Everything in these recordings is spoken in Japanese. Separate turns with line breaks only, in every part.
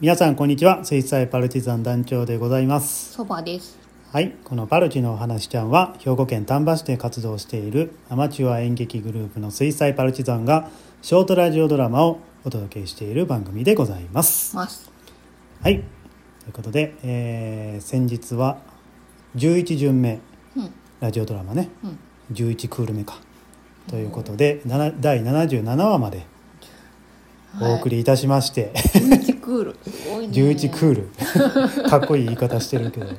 皆さんこんにちは水彩パルチザン団長でございます
そばです。
はいこのパルチのお話ちゃんは兵庫県丹波市で活動しているアマチュア演劇グループの水彩パルチザンがショートラジオドラマをお届けしている番組でございます
ます。
はいということで、えー先日は11巡目
うん。
ラジオドラマね
うん。
11クール目かということで、なな第77話までお送りいたしまして、
十一クール。すごいね。
11
ール。
クー ルかっこいい言い方してるけど、う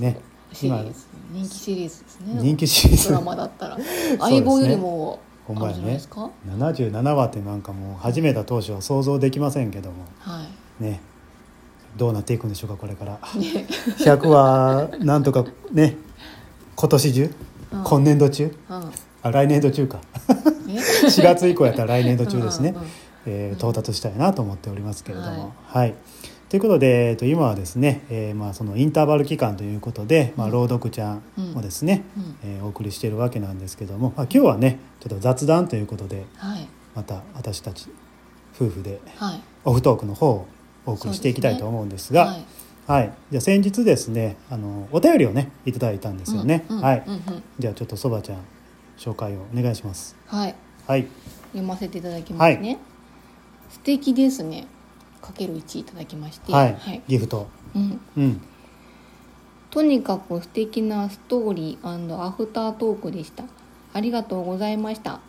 ね
シリーズ。人気シリーズですね。
ん、人気シリー
ド
ズ
ラマだったら。相棒よりも。
ほん
あ
ま
る
や
じゃないで
ね
すか。
77話ってなんかもう始めた当初は想像できませんけども
は
ねどうなっていくんでしょうかこれから
い。ね。
100はなんとかね今年中、
うん
今年度中
う
あ来年度中か
ん。ね。
4月以降やったら来年度中ですね
うんうんうん
えー到達したいなと思っておりますけれども。はい、ということで、えー、と今はですね、えーまあ、そのインターバル期間ということで、まあ、朗読ちゃんをですね、
うん。
えーお送りしているわけなんですけども、まあ、今日はねちょっと雑談ということで
はい。
また私たち夫婦で
はい。
オフトークの方をお送りしていきたいと思うんですが、
はい。
はいじゃあ先日ですねあのお便りをねいただいたんですよね、
うんうん
はい
うんうん
じゃあちょっとそばちゃん紹介をお願いします
はい。
はい
読ませていただきますね。素敵ですね。かける一いただきまして。
はい、ギフト
うん。
うん
とにかく素敵なストーリーアフタートークでしたありがとうございました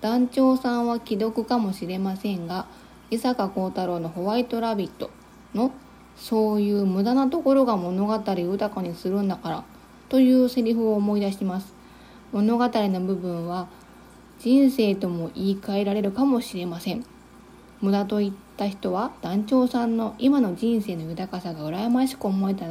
団長さんは既読かもしれませんが伊坂幸太郎の「ホワイトラビット」の「そういう無駄なところが物語を豊かにするんだから」というセリフを思い出します物語の部分は人生とも言い換えられるかもしれません無駄と言った人は団長さんの今の人生の豊かさが羨ましく思えた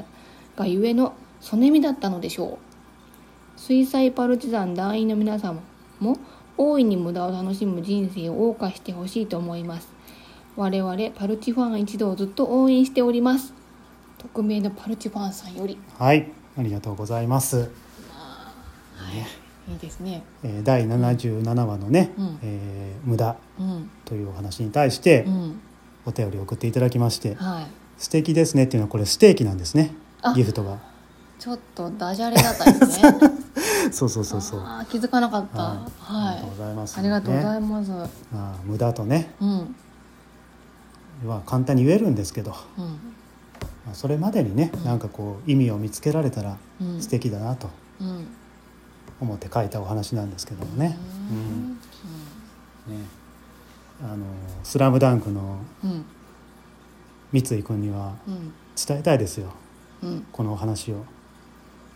がゆえのそねみだったのでしょう水彩パルチザン団員の皆様も大いに無駄を楽しむ人生を謳歌してほしいと思います我々パルチファン一同をずっと応援しております匿名のパルチファンさんより
はいありがとうございます
いいですね
えー第77話のね「
うん
えー無駄
うん」
というお話に対して
うん
お便りを送っていただきまして
はい
「素敵ですね」っていうのはこれステーキなんですね
あ
ギフトが
ちょっとダジャレだったんですね
そう そうそうそう
あー気づかなかった
は
はい
ありがとうご
い
ざいます
ありがとうござ
ね
います、
まあ無駄とね
うん
は簡単に言えるんですけど、
うん
まあそれまでにね
ん
なんかこう意味を見つけられたら
うん
素敵だなと
うん
思って書いたお話なんですけどもね
う
うん
ん
ねあの「スラムダンクの
うん
三井君には
うん
伝えたいですよ
うん
このお話を。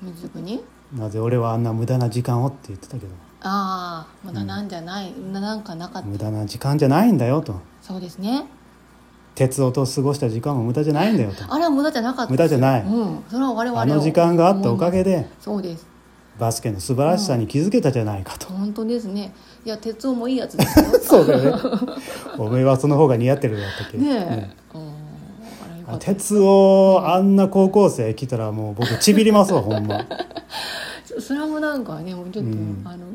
水くに
なぜ俺はあんな無駄な時間をって言ってたけど
ああ無駄なんじゃない、無駄なんかなかった
無駄な時間じゃないんだよと
そうですね
鉄夫と過ごした時間も無駄じゃないんだよと
あれは無駄じゃなかった
無駄じゃない
うんそれは我々を
あの時間があったおかげで
そうです
バスケの素晴らしさに気づけたじゃないかと、
本当ですねいや鉄夫もいいやつですよ
そうだよねおめえはその方が似合ってるやったっけ、
ねえ、うんあれよ
うん
か
あ
った
鉄夫あんな高校生来たらもう僕ちびりますわほんま
スラムなんかはねもうちょっと、
うん
あの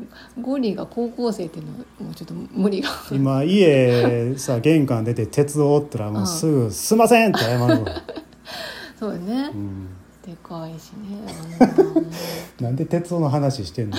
ゴリが高校生っていうのはもうちょっと無理が
今家さ玄関出て鉄夫おったらもうすぐ「すいません!」って謝る わ、
そうですね
う、ん、
でかいし ねあのうん
なんで鉄夫の話してんの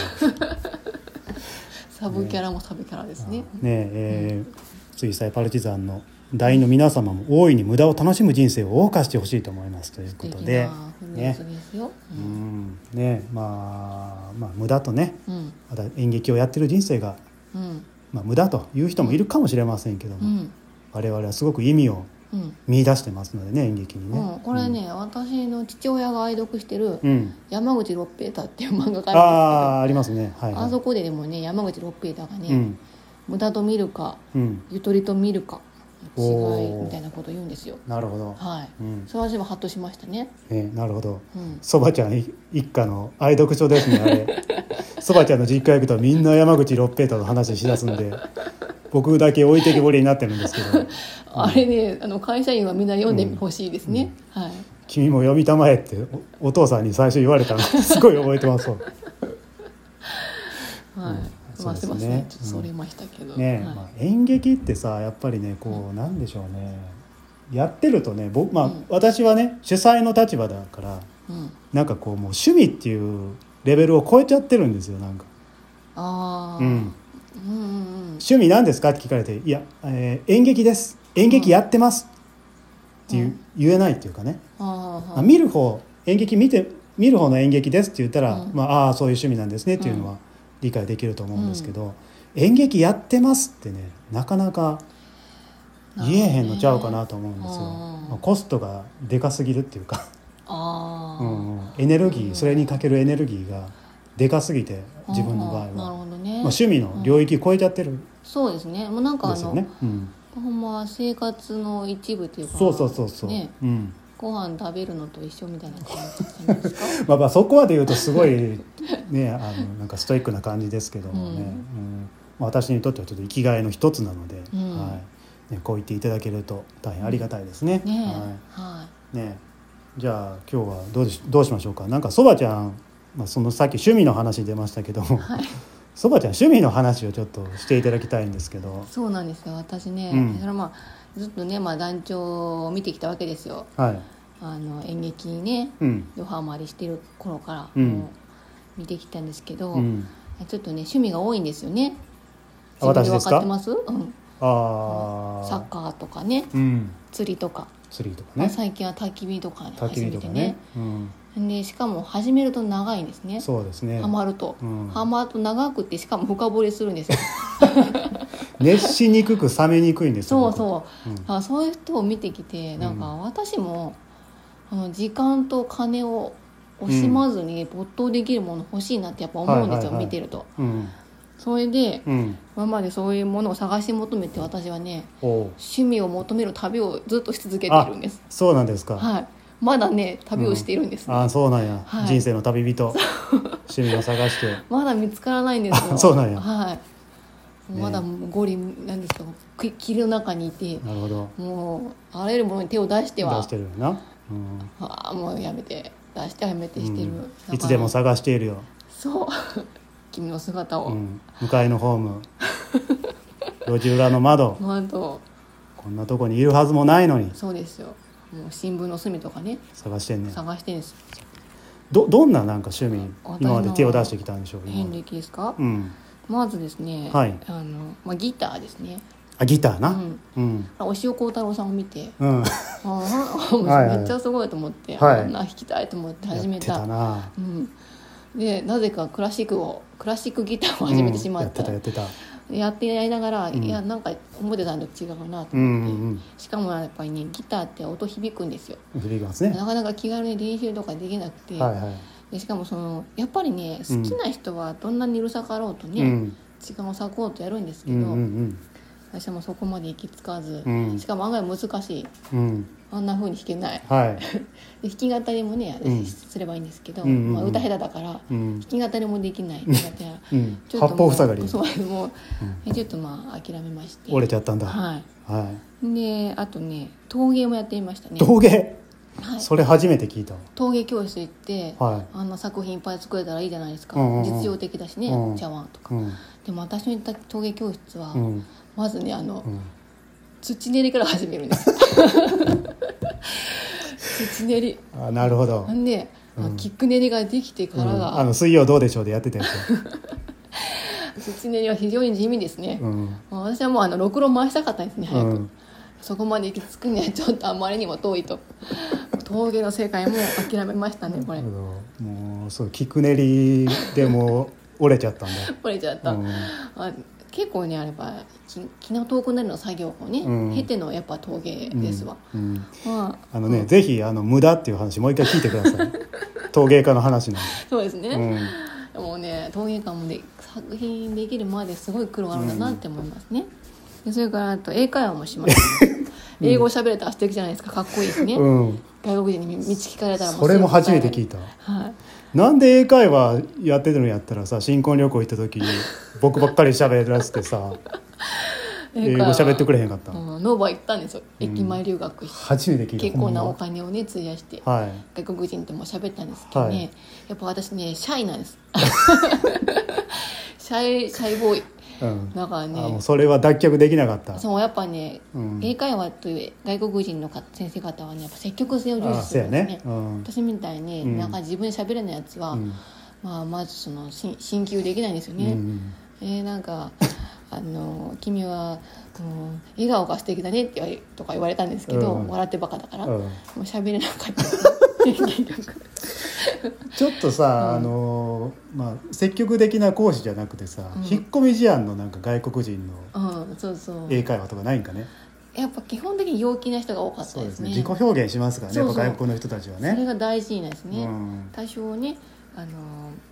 サブキャラもサブキャラですね
ねえー水彩パルチザンの団員の皆様も大いに無駄を楽しむ人生を謳歌してほしいと思いますという
素
こ
敵
とで
なフレー
ね
ズですよ、
う
うん
んねまあまあ無駄とね
うん
また演劇をやってる人生が、
うん
まあ、無駄という人もいるかもしれませんけど
う
も、
ん
我々はすごく意味を
うん
見出してますのでね演劇にね。
うん、これね、私の父親が愛読してる
うん、うん
「山口六平太」っていう漫画家
あ
があ
あありますねは
るんですけ
い、
ど
はい、
あそこででもね山口六平太がね、
うん
無駄と見るか
うん
ゆとりと見るかの違い
おー
みたいなこと言うんですよ
なるほど、
はい、
うん
それは私もハッとしましたね
ね、なるほど
うん
そばちゃんい一家の愛読書ですねあ れそばちゃんの実家行くとみんな山口六平太の話しだすんで僕だけ置いてきぼりになってるんですけ ど
あれねあの会社員はみんな読んでほしいですね、はい
「君も読みたまえ」っておお父さんに最初言われたのすごい覚えてますわ
はい、
そ
ま
う
あ
ですす
い
ね
ませんちょっとそれましたけど、
ね
はい
まあ、演劇ってさやっぱりねこうなんでしょうねやってるとね僕、まあ
うん
私はね主催の立場だから
うん、
なんかこうもう趣味っていうレベルを超えちゃってるんですよなんか、
ああ、
うん、
うんうんうん
趣味なんですかって聞かれて「いや、えー演劇です演劇やってます」っていう、
うん
言えないっていうかね、
あー
あ見る方演劇見て見る方の演劇ですって言ったら、
うん
まああーそういう趣味なんですねっていうのは理解できると思うんですけど、演劇やってますってねなかなか言えへんのちゃうかなと思うんですよ、
なるほどねうん
まあコストがでかすぎるっていうか、
あ
う
ー
んうんエネルギー、
うん
それにかけるエネルギーがでかすぎて自分の場合は
あー、なるほどね、
まあ、趣味の領域超えちゃってるん
そうですねもうなんか
で
あ
すよ
の、
ね、うん
ほんま生活の一部っていうか
そうそうそうそう、
ね
うん、
ご飯食べるのと一緒みたいな感じなんですか
まあまあそこまで言うとすごい ねあのなんかストイックな感じですけどもね、
うん
うんまあ、私にとってはちょっと生きがいの一つなので、
うん
はいね、こう言っていただけると大変ありがたいですね。
ねえ
は、
はい
ねじゃあ今日はどうでしどうしましょうかなんかそばちゃん、まあ、そのさっき趣味の話出ましたけども
はい
そば、ちゃん趣味の話をちょっとしていただきたいんですけど
い、そうなんですよ私ね、
うん
それまあずっとね、まあ、団長を見てきたわけですよ
はい
あの演劇にね
うん
ドハマりしてる頃から、
うん
もう見てきたんですけど、
うん、
ちょっとね趣味が多いんですよね
あ
自
私
分
ですか
分かってます、うん、
ああ
サッカーとかね
うん、
釣りとか、
釣りとか
まあ
ね
最近は焚き火とか
焚き火とかね、うん、
でしかも始めると長いんですね
そうですね
ハマると、
うん
ハマると長くってしかも深掘りするんで すよ
熱しにくく冷めにくいんです
そう
よ
そう、
うん
あそういう人を見てきてなんか
う
私も、あの時間と金を惜しまずに没頭できるもの欲しいなってやっぱ思うんですよ、
はいはいはい
見てると
僕うん
それで
うん
今までそういうものを探し求めて私はね
おう
趣味を求める旅をずっとし続けているんです
そうなんですか、
はいまだね旅をしているんです、ね
あそうなんや、
はい
人生の旅人趣味を探して
まだ見つからないんです
あ
よ
そうなんや
はい
ね
まだゴリなんですかき霧の中にいて
なるほど
もうあらゆるものに手を出して
出
は
してるよな、うん
ああもうやめて出してはやめてしてる、
うん
だから
いつでも探しているよ、
そう 君の姿
う
を、
ん、向かいのホーム 路地裏の窓
もうあと
こんなとこにいるはずもないのに
そうですよもう新聞の隅とかね
探してんねん
探してるんです
どどんななんか趣味
私の
今まで手を出してきたんでしょう今
遍
まで
歴ですか、
うん
まずですね、
はい
あのまあ、ギターですね
あギターな
うん
うん、
あお塩幸太郎さんを見て
うん、
あ
はいは
あ
い
めっちゃすごいと思って、
はい
あんな弾きたいと思って始めた
やってたな
うん、でなぜかクラシックをクラシックギターを始めてしまった,、
うんやってたやって
やってやりながら、
ん
いやなんか思ってたのと違うなと
たうんう
思って、
ん
しかもやっぱりねギターって音響くんですよ
うん響きますね
なかなか気軽に練習とかできなくて、
はいはい
でしかもそのやっぱりね好きな人はどんなにうるさかろうとね、
うん
時間を割こうとやるんですけ
う
ど、
んうん
私もそこまで行き着かず、
うん
しかも案外難しい
うんうん
あんな風に弾けない
はい
で弾き語りもね、
うん
すればいいんですけど、
うんうんうん
まあ、歌下手だから
うん
弾き語りもでき ないってなって
うん
ちょっ
八
とも
方
う
塞がり
そうもう、えちょっとまあ諦めまして
折れちゃったんだは
はいいであとね陶芸もやっていましたね、
陶芸
はい、
それ初めて聞いた
陶芸教室行って、
は
あんな作品いっぱい作れたらいいじゃないですか、
うんうんうん
実用的だしね、
うん
茶碗とか
いうん
でも私の行った陶芸教室は、
うん
まずねあの、
うん
土練りから始めるんです土練り
あなるほど
な、んで、まあキック練りができて
う
から
ん、あ
が、
の水曜どうでしょうでやってたやつ
土練りは非常に地味ですね、
うん
もう私はもうあのろくろ回したかったんですね
う
早く、
ん
そこまで行き着くにはちょっとあまりにも遠いと峠の世界も諦めましたね
な
これ
るほどもうそうキクネリでも折れちゃったん
これちゃっ
だ
た、
うん
あ結構ねあれば気気の遠くなるの作業をね、
うん
経てのやっぱ峠 ですわ、
うん
まあ
あのね、ぜひあの無駄っていう話もう一回聞いてくだ さい陶芸家の話なん
そうですね、
で、うん
もうね陶芸館もで作品できるまですごい苦労あるんだなって思いますね、でそれからあと英会話もしました、英語喋れたら素敵じゃないですかかっこいいですね、
うん、
外国人に道聞かれたら
それも初めて聞い
た
た
はい
なんで英会話やってるのやったらさ新婚旅行行った時に僕ばっかり喋らせて さ英語喋ってくれへんかったの
うん、ノーバー行ったんですよ駅前留学して、
初めて聞いた
結構な
ほ
お
んま
金をね費やして、
はい
外国人とも喋ったんですけどね、
はい
やっぱ私ねシャイなんですシシャイシャイボーイ
うん
だから
あも
ね
うそれは脱却できなかった
そうやっぱね、
うん
英会話という外国人の方先生方はねやっぱ積極性を重
あ
視す
そう
る
や
んで
ね
すね
うん
私みたいに、
うん
なんか自分で喋れないやつは、
うん
まあ、まずそのし進級できないんですよね、
うん
えー、なんかあの「君は、うん、笑顔が素敵だね」って言われとか言われたんですけど、
うん
笑ってバカだから、
う
も
ん
う喋れなかった
ちょっとさ、あのーまあ、積極的な講師じゃなくてさ、
うん
引っ込み思案のなんか外国人の
うんそうそう
英会話とかないんかね,、
やっぱ基本的に陽気な人が多かった
そう
で
です
す
ね
ね
自己表現しますからね
そうそう
やっぱ外国の人たちは
それ
ね
が大事なんですね、
うん
多少ねあ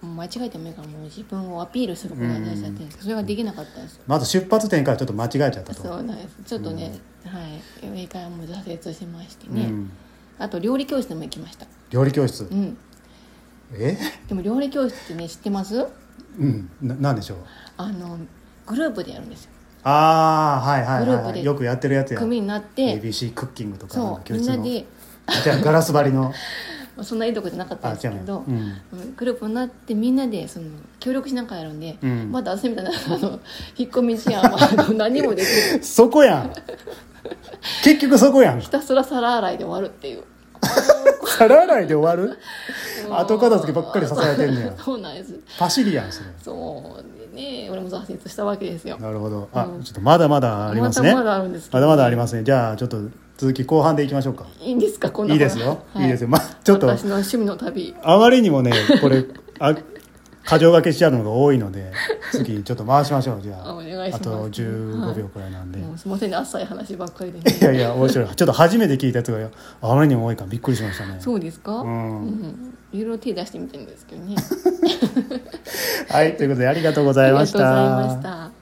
の間違えてもいいからもう自分をアピールすることが大事だったんですけど、それができなかったんですよ
まず出発点からちょっと間違えちゃったと
そうなんですちょっとね、はい英会話も挫折しまして
う
ね、
ん、
あと料理教室も行きました
料理教室、
うん
え
でも料理教室ってね知ってます
うんななんでしょう
あのグループでやるんですよ
ああはいはい
グル
は
ー
い、
プ
は
で
い、よくやってるやつや
組になって、
ABC クッキングとかな
そ
んか
うみんなで
じゃあガラス張りの
そんないいとこじゃなかったん
あ
です
違
け
うね
ど
う、ん
うんグループになってみんなでその協力しながらやるんで、
うん
まだ私みたいなあの引っ込み思案はあの何もできず
そこやん結局そこや ん
ひたすら皿洗いで終わるっていう
皿洗いで終わる後片付けばっかりさせられてんねや
そうなんです
パシリやんそれ
そうでね俺も挫折したわけですよ
なるほどあ、
うん
ちょっとまだまだありますね
まだまだあるんですけど
まだまだありますねじゃあちょっと続き後半でいきましょうか
いいんですかこんない
い
話
ですよ、、
はい
いですよまあちょっと
私の趣味の旅
あまりにもねこれ あ過剰書けしちゃうのが多いので次ちょっと回しましょうじゃあ
あお願いします
あと15秒くらいなんで、
もうすいませんね浅い話ばっかりで
い、や
ね
いや面白いちょっと初めて聞いたやつがあまりにも多いからびっくりしましたね
そうですか
うん
うんいろいろ手出してみてるんですけどね
はいということでありがとうございました
ありがとうございました。